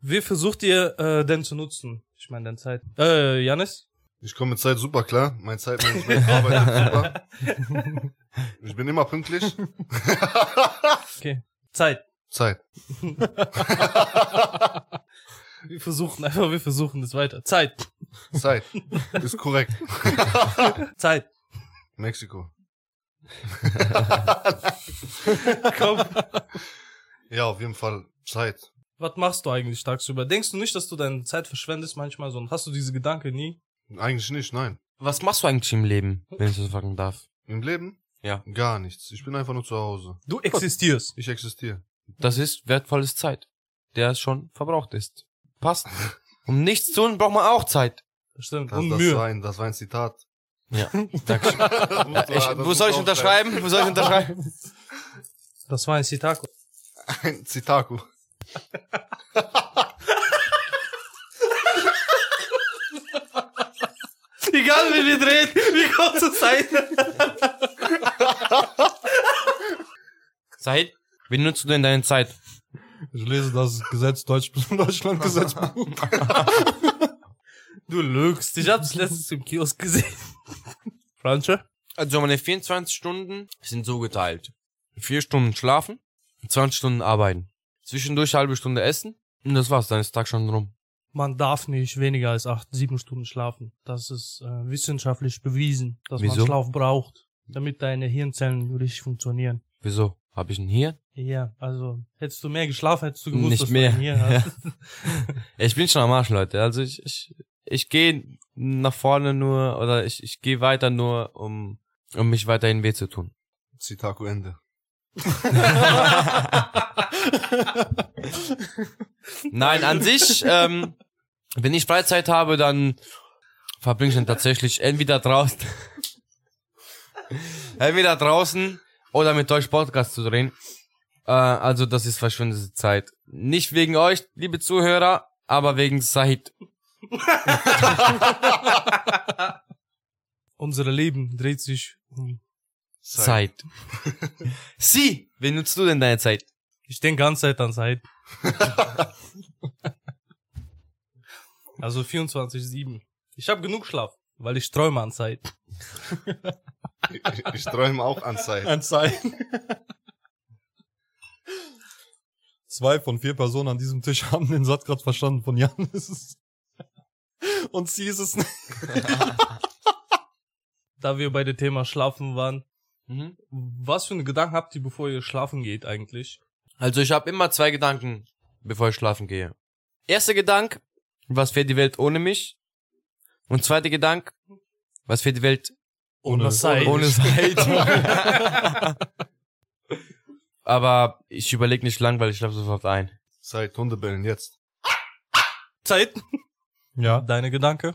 [SPEAKER 4] Wie versucht ihr äh, denn zu nutzen? Ich meine, deine Zeit. Äh, Janis?
[SPEAKER 1] Ich komme mit Zeit super klar. Mein Zeitmanagement arbeitet super. Ich bin immer pünktlich.
[SPEAKER 4] Okay. Zeit.
[SPEAKER 1] Zeit.
[SPEAKER 4] Wir versuchen einfach, wir versuchen es weiter. Zeit.
[SPEAKER 1] Zeit. Ist korrekt.
[SPEAKER 4] Zeit.
[SPEAKER 1] Mexiko.
[SPEAKER 4] Komm.
[SPEAKER 1] Ja, auf jeden Fall Zeit.
[SPEAKER 4] Was machst du eigentlich tagsüber? Denkst du nicht, dass du deine Zeit verschwendest manchmal so? Und hast du diese Gedanken nie?
[SPEAKER 1] Eigentlich nicht, nein.
[SPEAKER 2] Was machst du eigentlich im Leben, wenn ich das fragen darf?
[SPEAKER 1] Im Leben?
[SPEAKER 2] Ja.
[SPEAKER 1] Gar nichts. Ich bin einfach nur zu Hause.
[SPEAKER 4] Du existierst.
[SPEAKER 1] Ich existiere.
[SPEAKER 2] Das ist wertvolles Zeit, der schon verbraucht ist. Passt. Um nichts zu tun, braucht man auch Zeit.
[SPEAKER 4] Stimmt.
[SPEAKER 1] Kann
[SPEAKER 4] Und
[SPEAKER 1] das
[SPEAKER 4] Mühe.
[SPEAKER 1] sein? Das war ein Zitat.
[SPEAKER 2] Ja,
[SPEAKER 1] danke
[SPEAKER 2] Ja,
[SPEAKER 1] also
[SPEAKER 2] ich, wo soll ich unterschreiben? Wo soll ich unterschreiben?
[SPEAKER 4] Das war ein Zitat.
[SPEAKER 1] Ein Zitaku.
[SPEAKER 4] Egal wie wir drehen, wir kommen zur Zeit.
[SPEAKER 2] Zeit? Wie nutzt du denn deine Zeit?
[SPEAKER 3] Ich lese das Gesetz Deutsch Deutschland Gesetzbuch.
[SPEAKER 4] Du lügst. Ich hab's letztens im Kiosk gesehen. Franche?
[SPEAKER 2] Also meine 24 Stunden sind so geteilt. Vier Stunden schlafen, 20 Stunden arbeiten. Zwischendurch halbe Stunde essen und das war's, dann ist der Tag schon rum.
[SPEAKER 4] man darf nicht weniger als acht, sieben Stunden schlafen. Das ist äh, wissenschaftlich bewiesen, dass
[SPEAKER 2] Wieso?
[SPEAKER 4] man Schlaf braucht, damit deine Hirnzellen richtig funktionieren.
[SPEAKER 2] Wieso? Hab ich ihn hier?
[SPEAKER 4] Ja, also hättest du mehr geschlafen, hättest du gewusst,
[SPEAKER 2] Nicht
[SPEAKER 4] dass
[SPEAKER 2] mehr.
[SPEAKER 4] du hier hast.
[SPEAKER 2] Ich bin schon am Arsch, Leute. Also ich, ich, ich gehe nach vorne nur oder ich, ich gehe weiter nur, um, um mich weiterhin weh zu tun.
[SPEAKER 1] Zitaku Ende.
[SPEAKER 2] Nein, an sich, ähm, wenn ich Freizeit habe, dann verbringe ich dann tatsächlich entweder draußen, entweder draußen oder mit euch Podcast zu drehen. Äh, also das ist verschwendete Zeit. Nicht wegen euch, liebe Zuhörer, aber wegen Said.
[SPEAKER 4] Unsere Leben dreht sich um.
[SPEAKER 2] Zeit. Sie, wie nutzt du denn deine Zeit?
[SPEAKER 4] Ich denke ganze Zeit an Zeit. also 24-7. Ich habe genug Schlaf, weil ich träume an Zeit.
[SPEAKER 1] Ich, ich träume auch an Zeit.
[SPEAKER 3] Anzeigen. Zwei von vier Personen an diesem Tisch haben den Satz gerade verstanden von Janis. Und sie ist es nicht.
[SPEAKER 4] Da wir bei dem Thema Schlafen waren,
[SPEAKER 2] Mhm.
[SPEAKER 4] was für einen Gedanken habt ihr, bevor ihr schlafen geht eigentlich?
[SPEAKER 2] Also ich habe immer zwei Gedanken, bevor ich schlafen gehe. Erster Gedanke, was wäre die Welt ohne mich? Und zweiter Gedanke, was wäre die Welt
[SPEAKER 4] Ohne Zeit.
[SPEAKER 2] ohne Zeit? Aber ich überlege nicht lang, weil ich schlafe sofort ein.
[SPEAKER 1] Zeit, Hundebellen jetzt.
[SPEAKER 4] Zeit?
[SPEAKER 3] Ja.
[SPEAKER 4] Deine Gedanke?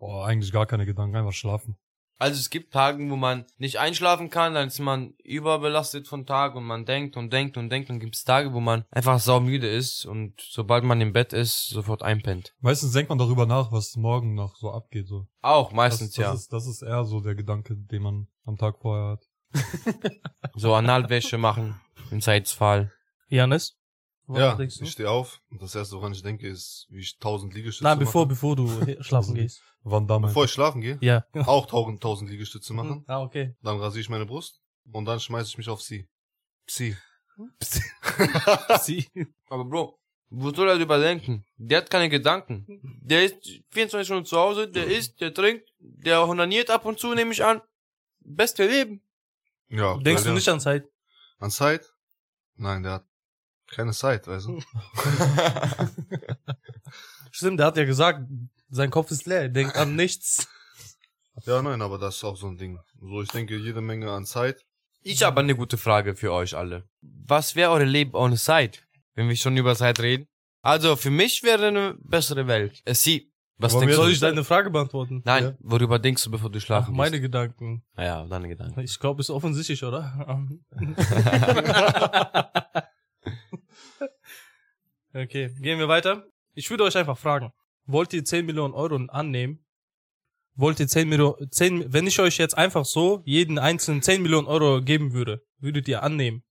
[SPEAKER 3] Boah, eigentlich gar keine Gedanken, einfach schlafen.
[SPEAKER 2] Also es gibt Tagen, wo man nicht einschlafen kann, dann ist man überbelastet von Tag und man denkt und denkt und denkt und gibt es Tage, wo man einfach saumüde ist und sobald man im Bett ist, sofort einpennt.
[SPEAKER 3] Meistens denkt man darüber nach, was morgen noch so abgeht. So.
[SPEAKER 2] Auch
[SPEAKER 3] Das,
[SPEAKER 2] meistens,
[SPEAKER 3] das,
[SPEAKER 2] ja.
[SPEAKER 3] ist, das ist eher so der Gedanke, den man am Tag vorher hat.
[SPEAKER 2] So Analwäsche machen, im Zeitsfall.
[SPEAKER 4] Janis? Was
[SPEAKER 1] Ja,
[SPEAKER 4] denkst du?
[SPEAKER 1] ich stehe auf. Und das erste, woran ich denke, ist, wie ich tausend Liegestütze
[SPEAKER 4] Nein, bevor,
[SPEAKER 1] mache.
[SPEAKER 4] bevor du schlafen gehst.
[SPEAKER 3] Wann damals?
[SPEAKER 1] Bevor ich schlafen gehe,
[SPEAKER 4] Ja.
[SPEAKER 1] auch tausend, tausend Liegestütze machen.
[SPEAKER 4] Ah, okay.
[SPEAKER 1] Dann rasiere ich meine Brust. Und dann schmeiße ich mich auf sie. Psi.
[SPEAKER 4] Sie.
[SPEAKER 2] Aber Bro, wo soll er überdenken? Der hat keine Gedanken. Der ist 24 Stunden zu Hause, der isst, der trinkt, der honaniert ab und zu, nehme ich an. Beste Leben.
[SPEAKER 1] Ja.
[SPEAKER 4] Denkst du
[SPEAKER 1] ja.
[SPEAKER 4] nicht an Zeit?
[SPEAKER 1] An Zeit? also.
[SPEAKER 3] Hm.
[SPEAKER 1] Nein, der hat keine Zeit, weißt du?
[SPEAKER 4] Stimmt, der hat ja gesagt, sein Kopf ist leer, er denkt an nichts.
[SPEAKER 1] Ja, nein, aber das ist auch so ein Ding. So, ich denke, jede Menge an Zeit.
[SPEAKER 2] Ich habe eine gute Frage für euch alle. Was wäre eure Leben ohne Zeit, wenn wir schon über Zeit reden? Also für mich wäre eine bessere Welt. Äh, Sie, was
[SPEAKER 3] Wollen
[SPEAKER 2] denkst
[SPEAKER 3] wir-
[SPEAKER 2] du?
[SPEAKER 4] Soll ich deine Frage beantworten?
[SPEAKER 2] Nein,
[SPEAKER 3] Ja.
[SPEAKER 2] worüber denkst du, bevor du
[SPEAKER 4] Ach,
[SPEAKER 2] schlafen
[SPEAKER 4] meine Gedanken.
[SPEAKER 2] gehst? Ah Ja, deine Gedanken.
[SPEAKER 4] Ich glaube, ist offensichtlich, oder? okay, gehen wir weiter. Ich würde euch einfach fragen, wollt ihr 10 Millionen Euro annehmen? Wollt ihr 10 Millionen, 10, wenn ich euch jetzt einfach so jeden einzelnen 10 Millionen Euro geben würde, würdet ihr annehmen?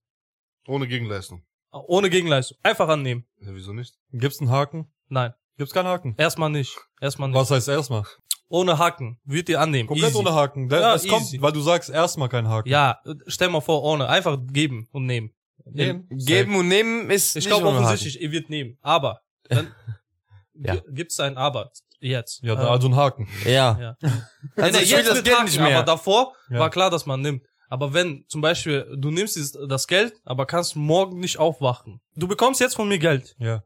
[SPEAKER 1] Ohne Gegenleistung.
[SPEAKER 4] Ohne Gegenleistung. Einfach annehmen.
[SPEAKER 1] Ja, wieso nicht?
[SPEAKER 3] Gibt's einen Haken?
[SPEAKER 4] Nein.
[SPEAKER 3] Gibt's keinen Haken.
[SPEAKER 4] Erstmal nicht. Erstmal nicht.
[SPEAKER 3] Was heißt erstmal?
[SPEAKER 4] Ohne Haken. Würdet ihr annehmen.
[SPEAKER 3] Komplett
[SPEAKER 4] Easy.
[SPEAKER 3] ohne Haken. Der,
[SPEAKER 4] Ja,
[SPEAKER 3] es kommt,
[SPEAKER 4] easy.
[SPEAKER 3] weil du sagst erstmal keinen Haken.
[SPEAKER 4] Ja, stell mal vor, ohne. Einfach geben und nehmen.
[SPEAKER 3] Nehmen.
[SPEAKER 2] Geben und nehmen ist
[SPEAKER 4] Ich
[SPEAKER 2] nicht
[SPEAKER 4] glaube
[SPEAKER 2] ohne Haken.
[SPEAKER 4] offensichtlich, ihr wird nehmen. Aber dann
[SPEAKER 2] Ja.
[SPEAKER 4] gi- gibt's ein Aber jetzt.
[SPEAKER 3] Ja,
[SPEAKER 4] Äh,
[SPEAKER 3] da, also ein Haken.
[SPEAKER 2] Ja.
[SPEAKER 4] Ja.
[SPEAKER 2] Also
[SPEAKER 4] nee,
[SPEAKER 2] ich will das
[SPEAKER 4] mit
[SPEAKER 2] Geld
[SPEAKER 4] Haken,
[SPEAKER 2] nicht mehr.
[SPEAKER 4] Aber davor
[SPEAKER 3] Ja.
[SPEAKER 4] war klar, dass man nimmt. Aber wenn zum Beispiel du nimmst dieses, das Geld, aber kannst morgen nicht aufwachen. Du bekommst jetzt von mir Geld.
[SPEAKER 3] Ja.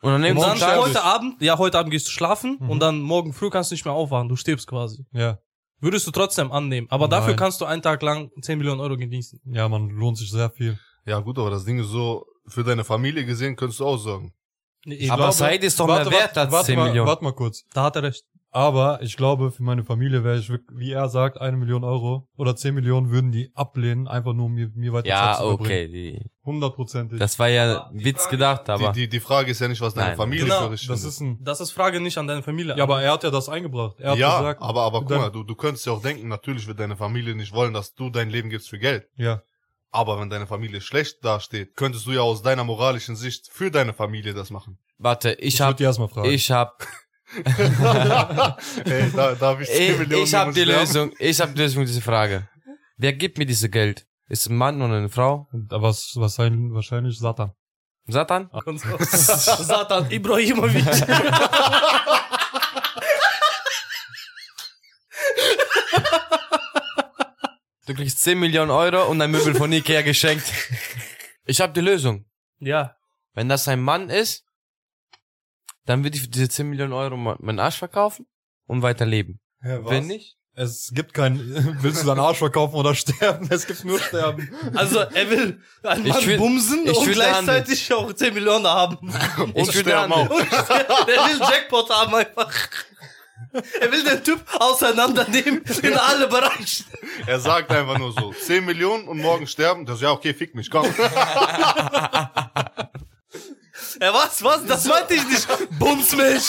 [SPEAKER 2] Und dann nehmen
[SPEAKER 4] Und dann
[SPEAKER 2] sie
[SPEAKER 3] sterbe
[SPEAKER 4] heute Abend, ja heute Abend gehst du schlafen
[SPEAKER 3] Mhm.
[SPEAKER 4] und dann morgen früh kannst du nicht mehr aufwachen. Du stirbst quasi.
[SPEAKER 3] Ja.
[SPEAKER 4] Würdest du trotzdem annehmen. Aber dafür
[SPEAKER 3] Nein.
[SPEAKER 4] kannst du einen Tag lang 10 Millionen Euro genießen.
[SPEAKER 3] Ja, man lohnt sich sehr viel.
[SPEAKER 1] Ja, gut, aber das Ding ist so, für deine Familie gesehen könntest du auch sorgen.
[SPEAKER 4] Ich
[SPEAKER 2] Aber
[SPEAKER 4] glaube,
[SPEAKER 2] Zeit ist doch mehr wert als
[SPEAKER 3] warte
[SPEAKER 2] 10
[SPEAKER 3] mal,
[SPEAKER 2] Millionen.
[SPEAKER 3] Warte mal kurz.
[SPEAKER 4] da hat er recht.
[SPEAKER 3] Aber ich glaube, für meine Familie wäre ich, wirk- wie er sagt, eine Million Euro oder 10 Millionen würden die ablehnen, einfach nur um mir, mir weiter Zeit
[SPEAKER 2] Ja,
[SPEAKER 3] zu verbringen.
[SPEAKER 2] okay. Die,
[SPEAKER 3] Hundertprozentig.
[SPEAKER 2] das war ja Witz gedacht, aber
[SPEAKER 1] die, die, die Frage ist ja nicht, was deine
[SPEAKER 2] Nein.
[SPEAKER 1] Familie
[SPEAKER 4] Genau,
[SPEAKER 1] für dich
[SPEAKER 3] das
[SPEAKER 1] findet.
[SPEAKER 3] ist ein.
[SPEAKER 4] Das ist Frage nicht an deine Familie.
[SPEAKER 3] Ja, aber er hat ja das eingebracht. Er hat
[SPEAKER 1] ja,
[SPEAKER 3] gesagt.
[SPEAKER 1] aber, aber guck
[SPEAKER 3] dann-
[SPEAKER 1] mal, du, du könntest ja auch denken, natürlich wird deine Familie nicht wollen, dass du dein Leben gibst für Geld.
[SPEAKER 3] Ja.
[SPEAKER 1] Aber wenn deine Familie schlecht dasteht, könntest du ja aus deiner moralischen Sicht für deine Familie das machen.
[SPEAKER 2] warte, ich
[SPEAKER 3] Ich
[SPEAKER 2] hab,
[SPEAKER 3] würde die erstmal fragen.
[SPEAKER 2] ich hab
[SPEAKER 1] Ey, da, da hab ich 10
[SPEAKER 2] Ich,
[SPEAKER 1] Millionen
[SPEAKER 2] ich habe
[SPEAKER 1] jemand
[SPEAKER 2] die
[SPEAKER 1] sterben.
[SPEAKER 2] Lösung. Ich habe die Lösung für diese Frage. Wer gibt mir dieses Geld? Ist ein Mann oder eine Frau?
[SPEAKER 3] Aber was, was sein, wahrscheinlich Satan.
[SPEAKER 2] Satan?
[SPEAKER 4] Und so. Satan Ibrahimovic.
[SPEAKER 2] Du kriegst 10 Millionen Euro und ein Möbel von Ikea geschenkt. Ich habe die Lösung.
[SPEAKER 4] ja.
[SPEAKER 2] Wenn das ein Mann ist, dann würde ich für diese 10 Millionen Euro ma- meinen Arsch verkaufen und weiterleben. Wenn nicht?
[SPEAKER 3] Es gibt kein, willst du deinen Arsch verkaufen oder sterben? Es gibt nur sterben.
[SPEAKER 4] Also er will einen
[SPEAKER 2] Ich
[SPEAKER 4] Mann
[SPEAKER 2] will-
[SPEAKER 4] bumsen
[SPEAKER 2] ich
[SPEAKER 4] und
[SPEAKER 2] will
[SPEAKER 4] gleichzeitig auch 10 Millionen haben.
[SPEAKER 2] Ich
[SPEAKER 1] Und
[SPEAKER 2] würde
[SPEAKER 1] sterben
[SPEAKER 2] an-
[SPEAKER 1] auch.
[SPEAKER 4] Und der will Jackpot haben einfach. Er will den Typ auseinandernehmen in alle Bereiche.
[SPEAKER 1] Er sagt einfach nur so, 10 Millionen und morgen sterben. Das ja, okay, fick mich, komm.
[SPEAKER 4] Er was, was? Das meinte ich nicht. Bums mich.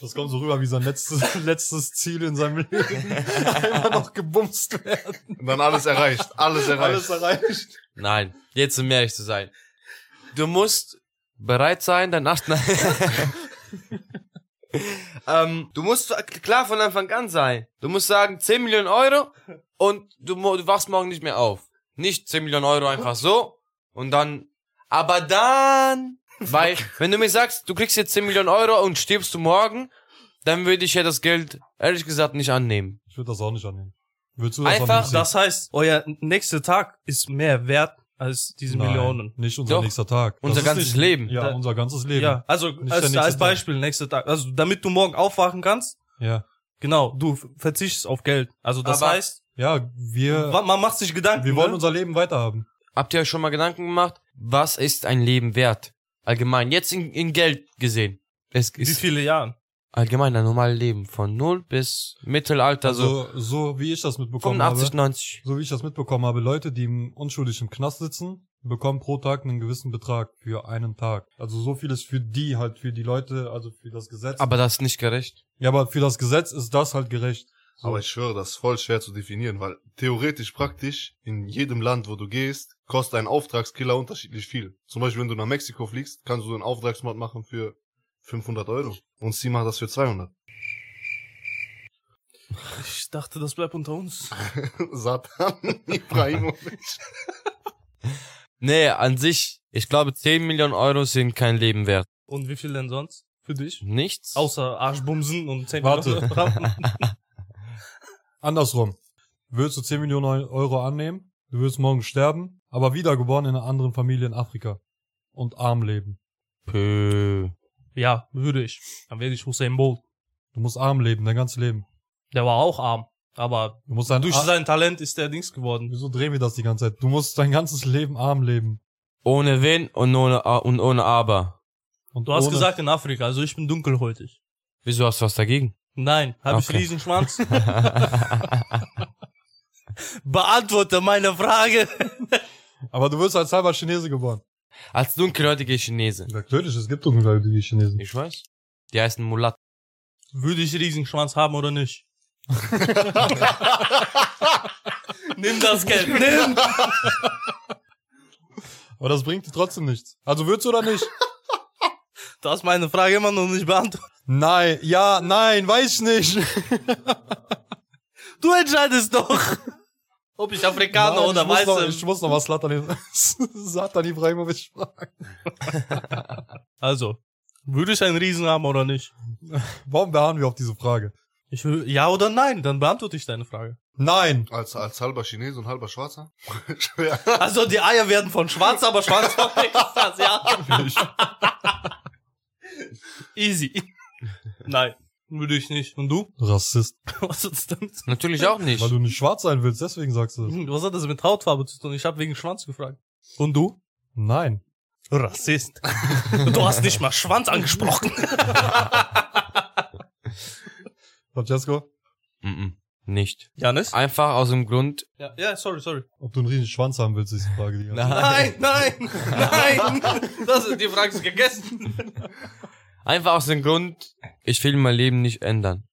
[SPEAKER 3] Das kommt so rüber wie sein letztes, letztes Ziel in seinem Leben. Einmal noch gebumst werden.
[SPEAKER 1] Und dann alles erreicht, alles erreicht.
[SPEAKER 3] Alles erreicht.
[SPEAKER 2] Nein. Jetzt um ehrlich zu sein. Du musst bereit sein, dein Arsch... Nein. ähm, du musst klar von Anfang an sein. Du musst sagen, 10 Millionen Euro und du, mo- du wachst morgen nicht mehr auf. Nicht 10 Millionen Euro einfach so und dann... Aber dann... Weil, wenn du mir sagst, du kriegst jetzt 10 Millionen Euro und stirbst du morgen, dann würde ich ja das Geld ehrlich gesagt nicht annehmen.
[SPEAKER 3] Ich würde das auch nicht annehmen. Würdest du das
[SPEAKER 2] Einfach
[SPEAKER 3] annehmen?
[SPEAKER 4] Das heißt, euer nächster Tag ist mehr wert als diese
[SPEAKER 3] Nein,
[SPEAKER 4] Millionen.
[SPEAKER 3] Nicht unser
[SPEAKER 2] Doch.
[SPEAKER 3] nächster Tag. Das
[SPEAKER 2] Unser
[SPEAKER 3] ist
[SPEAKER 2] ganzes
[SPEAKER 3] nicht,
[SPEAKER 2] Leben.
[SPEAKER 3] Ja,
[SPEAKER 4] Da-
[SPEAKER 3] unser ganzes Leben.
[SPEAKER 4] Ja, also
[SPEAKER 3] Nicht der
[SPEAKER 4] als,
[SPEAKER 3] nächste
[SPEAKER 4] als
[SPEAKER 3] Tag.
[SPEAKER 4] Beispiel, nächster Tag. Also damit du morgen aufwachen kannst,
[SPEAKER 3] Ja,
[SPEAKER 4] genau, du verzichtest auf Geld. Also das
[SPEAKER 2] Aber-
[SPEAKER 4] heißt,
[SPEAKER 3] ja wir,
[SPEAKER 4] wa- man macht sich Gedanken.
[SPEAKER 3] wir wollen
[SPEAKER 4] ne?
[SPEAKER 3] unser Leben weiterhaben.
[SPEAKER 2] Habt ihr euch schon mal Gedanken gemacht, was ist ein Leben wert? Allgemein, jetzt in, in Geld gesehen. Es
[SPEAKER 4] Wie
[SPEAKER 2] ist
[SPEAKER 4] viele Jahren?
[SPEAKER 2] allgemein ein normales Leben von null bis Mittelalter, so
[SPEAKER 3] Also, so wie ich das mitbekommen
[SPEAKER 2] 85,
[SPEAKER 3] habe,
[SPEAKER 2] 90.
[SPEAKER 3] so wie ich das mitbekommen habe, Leute, die im unschuldig im Knast sitzen, bekommen pro Tag einen gewissen Betrag für einen Tag. Also so viel ist für die halt, für die Leute, also für das Gesetz.
[SPEAKER 2] Aber das ist nicht gerecht.
[SPEAKER 3] ja, aber für das Gesetz ist das halt gerecht. So.
[SPEAKER 1] Aber ich schwöre, das ist voll schwer zu definieren, weil theoretisch praktisch in jedem Land, wo du gehst, kostet ein Auftragskiller unterschiedlich viel. Zum Beispiel, wenn du nach Mexiko fliegst, kannst du einen Auftragsmord machen für 500 Euro. Und sie macht das für 200.
[SPEAKER 4] Ich dachte, das bleibt unter uns.
[SPEAKER 1] Satan, Ibrahimovic.
[SPEAKER 2] Nee, an sich, ich glaube 10 Millionen Euro sind kein Leben wert.
[SPEAKER 4] Und wie viel denn sonst für dich?
[SPEAKER 2] Nichts?
[SPEAKER 4] Außer Arschbumsen und 10
[SPEAKER 3] Warte.
[SPEAKER 4] Millionen Rappen.
[SPEAKER 3] Andersrum. Würdest du 10 Millionen Euro annehmen, du würdest morgen sterben, aber wiedergeboren in einer anderen Familie in Afrika und arm leben.
[SPEAKER 2] Pö.
[SPEAKER 4] Ja, würde ich. Dann wäre ich Hussein Bolt.
[SPEAKER 3] Du musst arm leben, dein ganzes Leben.
[SPEAKER 4] Der war auch arm. Aber
[SPEAKER 3] Du musst dein
[SPEAKER 4] durch
[SPEAKER 3] Ah,
[SPEAKER 4] sein Talent ist der Dings geworden.
[SPEAKER 3] Wieso drehen wir das die ganze Zeit? Du musst dein ganzes Leben arm leben.
[SPEAKER 2] Ohne Wenn und ohne, A- und ohne Aber.
[SPEAKER 3] Und
[SPEAKER 4] Du hast
[SPEAKER 3] ohne-
[SPEAKER 4] gesagt in Afrika, also ich bin dunkelhäutig.
[SPEAKER 2] Wieso hast du was dagegen?
[SPEAKER 4] Nein, habe ich
[SPEAKER 2] Okay.
[SPEAKER 4] Riesenschwanz? Beantworte meine Frage.
[SPEAKER 3] Aber du wirst als halber Chinese geboren.
[SPEAKER 2] Als dunkelhäutige Chinese.
[SPEAKER 3] Natürlich, es gibt dunkelhäutige Chinesen.
[SPEAKER 2] Ich weiß. Die heißen Mulat.
[SPEAKER 4] Würde ich Riesenschwanz haben oder nicht? Nimm das Geld, nimm!
[SPEAKER 3] Aber das bringt dir trotzdem nichts. Also würdest du oder nicht?
[SPEAKER 4] Du hast meine Frage immer noch nicht beantwortet.
[SPEAKER 3] nein, ja, nein, weiß ich nicht.
[SPEAKER 4] Du entscheidest doch, ob ich Afrikaner
[SPEAKER 3] Nein,
[SPEAKER 4] oder
[SPEAKER 3] ich muss noch,
[SPEAKER 4] Weiße
[SPEAKER 3] Ich muss noch was Slatan, Slatan Ibrahimovic fragen.
[SPEAKER 4] Also, würde ich einen Riesen haben oder nicht?
[SPEAKER 3] Warum beharren wir auf diese Frage?
[SPEAKER 4] Ich will, ja oder nein, dann beantworte ich deine Frage.
[SPEAKER 3] Nein.
[SPEAKER 1] Als, als halber Chinese und halber Schwarzer? ja.
[SPEAKER 4] Also, die Eier werden von schwarz, aber schwarz von ist das, ja. Easy. Nein, würde ich nicht. Und du?
[SPEAKER 3] Rassist.
[SPEAKER 4] Was hat's damit? zu
[SPEAKER 2] Natürlich auch nicht.
[SPEAKER 3] Weil du nicht schwarz sein willst, deswegen sagst du das.
[SPEAKER 4] tun? Was hat das mit Hautfarbe zu tun? Ich habe wegen Schwanz gefragt. Und du?
[SPEAKER 3] Nein.
[SPEAKER 4] Rassist. Du hast nicht mal Schwanz angesprochen.
[SPEAKER 3] Francesco,
[SPEAKER 2] Mhm. Nicht.
[SPEAKER 4] Janis?
[SPEAKER 2] Einfach aus dem Grund.
[SPEAKER 4] Ja, ja, sorry, sorry.
[SPEAKER 3] ob du einen riesen Schwanz haben willst, ist die Frage. Die ganze
[SPEAKER 4] Nein, nein, nein. Das ist, die Frage ist gegessen.
[SPEAKER 2] Einfach aus dem Grund, ich will mein Leben nicht ändern.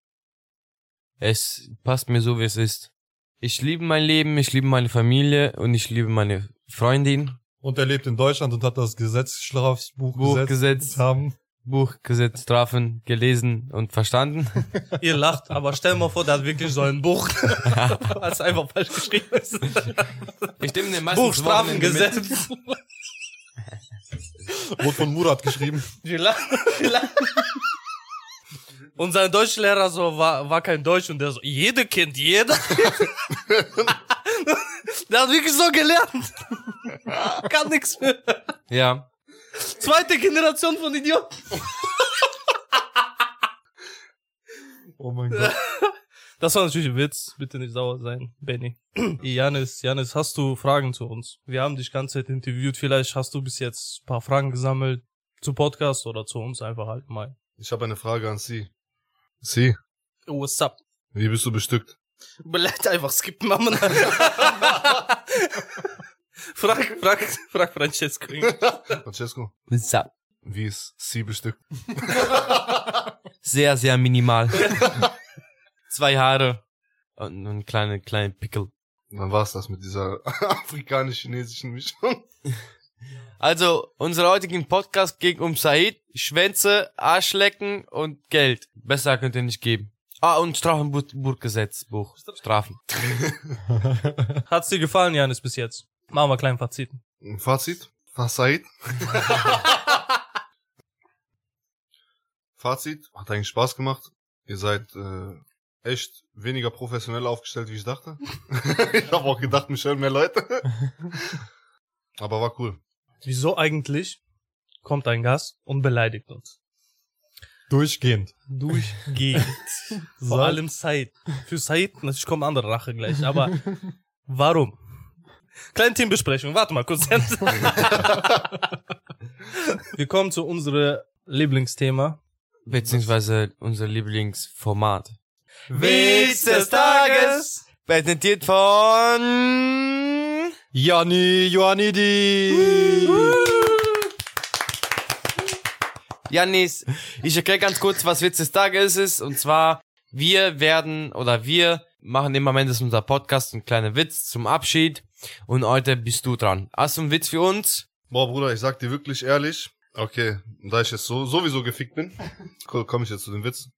[SPEAKER 2] Es passt mir so, wie es ist. Ich liebe mein Leben, ich liebe meine Familie und ich liebe meine Freundin.
[SPEAKER 3] Und er lebt in Deutschland und hat das Gesetz, Strafbuch gesetzt.
[SPEAKER 2] Buchgesetz,
[SPEAKER 3] haben.
[SPEAKER 2] Buchgesetz, Strafen gelesen und verstanden.
[SPEAKER 4] Ihr lacht, aber stell mal vor, der hat wirklich so ein Buch, was einfach falsch geschrieben ist.
[SPEAKER 2] Ich nehme den meisten
[SPEAKER 4] Buchstrafengesetz.
[SPEAKER 3] Wurde von Murat geschrieben.
[SPEAKER 4] Ihr lacht, ihr lacht. Und sein Deutschlehrer so war, war kein Deutsch und der so, jede Kind, jeder. der hat wirklich so gelernt. Kann nix mehr.
[SPEAKER 2] Ja.
[SPEAKER 4] Zweite Generation von Idioten.
[SPEAKER 3] Oh mein Gott.
[SPEAKER 4] Das war natürlich ein Witz. Bitte nicht sauer sein, Benny. Janis, Janis, hast du Fragen zu uns? Wir haben dich ganze Zeit interviewt. Vielleicht hast du bis jetzt ein paar Fragen gesammelt zu Podcast oder zu uns einfach halt allgemein.
[SPEAKER 1] Ich habe eine Frage an Sie. Sie,
[SPEAKER 4] Oh, what's up?
[SPEAKER 1] wie bist du bestückt?
[SPEAKER 4] Bleibt einfach skippen, Mama. frag, frag, frag Francesco.
[SPEAKER 1] Francesco,
[SPEAKER 2] Sa-
[SPEAKER 1] wie ist Sie bestückt?
[SPEAKER 2] Sehr, sehr minimal. Zwei Haare und ein kleine, kleine Pickel.
[SPEAKER 1] Dann war's das mit dieser afrikanisch-chinesischen Mischung.
[SPEAKER 2] Also, unser heutigen Podcast ging um Said, Schwänze, Arschlecken und Geld. Besser könnt ihr nicht geben. Ah, und Strafenbuchgesetzbuch. Strafen.
[SPEAKER 4] Hat's dir gefallen, Janis, bis jetzt? Machen wir kleinen Faziten.
[SPEAKER 1] Fazit? Fazit? Fazit? Hat eigentlich Spaß gemacht. Ihr seid äh, echt weniger professionell aufgestellt, wie ich dachte. ich habe auch gedacht, mich hören mehr Leute. Aber war cool.
[SPEAKER 4] Wieso eigentlich kommt ein Gast und beleidigt uns?
[SPEAKER 3] Durchgehend.
[SPEAKER 4] Durchgehend. Vor allem Said. Für Said, natürlich kommt andere Rache gleich, aber warum? Kleine Themenbesprechung, warte mal kurz. Wir kommen zu unserem Lieblingsthema.
[SPEAKER 2] Beziehungsweise unser Lieblingsformat.
[SPEAKER 4] Witz des Tages.
[SPEAKER 2] Präsentiert von...
[SPEAKER 3] Jani Joannidi.
[SPEAKER 2] Janis, ich erkläre ganz kurz, was Witz des Tages ist. Und zwar, wir werden oder wir machen immer am Ende unserer Podcast einen kleinen Witz zum Abschied. Und heute bist du dran. Hast du einen Witz für uns?
[SPEAKER 1] Boah, Bruder, ich sag dir wirklich ehrlich. Okay, da ich jetzt so, sowieso gefickt bin, ko- komm ich jetzt zu dem Witz.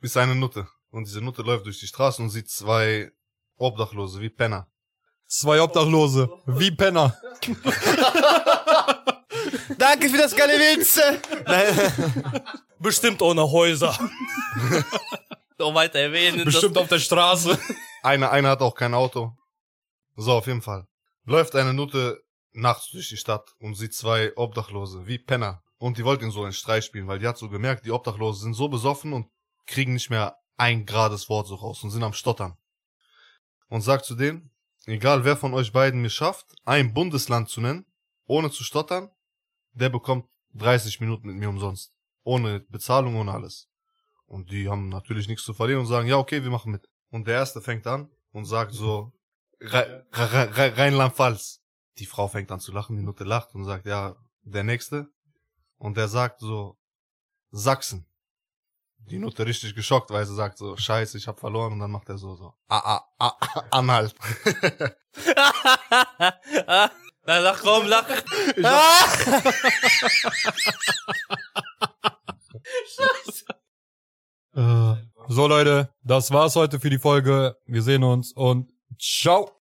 [SPEAKER 1] Ist eine Nutte. Und diese Nutte läuft durch die Straße und sieht zwei Obdachlose wie Penner.
[SPEAKER 3] Zwei Obdachlose. Wie Penner.
[SPEAKER 2] Danke für das geile Witz.
[SPEAKER 4] Bestimmt ohne Häuser. Noch weiter erwähnen.
[SPEAKER 3] Bestimmt auf der Straße.
[SPEAKER 1] Einer, einer hat auch kein Auto. So, auf jeden Fall. Läuft eine Nutte nachts durch die Stadt und sieht zwei Obdachlose, wie Penner. Und die wollte ihn so einen Streich spielen, weil die hat so gemerkt, die Obdachlosen sind so besoffen und kriegen nicht mehr ein gerades Wort so raus und sind am Stottern. Und sagt zu denen, egal wer von euch beiden mir schafft, ein Bundesland zu nennen, ohne zu stottern, der bekommt 30 Minuten mit mir umsonst. Ohne Bezahlung, ohne alles. Und die haben natürlich nichts zu verlieren und sagen, ja, okay, wir machen mit. Und der erste fängt an und sagt so, Rhe- Rhe- Rhe- Rheinland-Pfalz. Die Frau fängt an zu lachen, die Nutte lacht und sagt, ja, der nächste. Und der sagt so, Sachsen. Die Nutte richtig geschockt, weil sie sagt so, scheiße, ich hab verloren. Und dann macht er so, so, ah, ah, ah, ah, Anhalt.
[SPEAKER 2] Na, lach, komm, lach.
[SPEAKER 3] Äh, So Leute, das war's heute für die Folge. Wir sehen uns und ciao.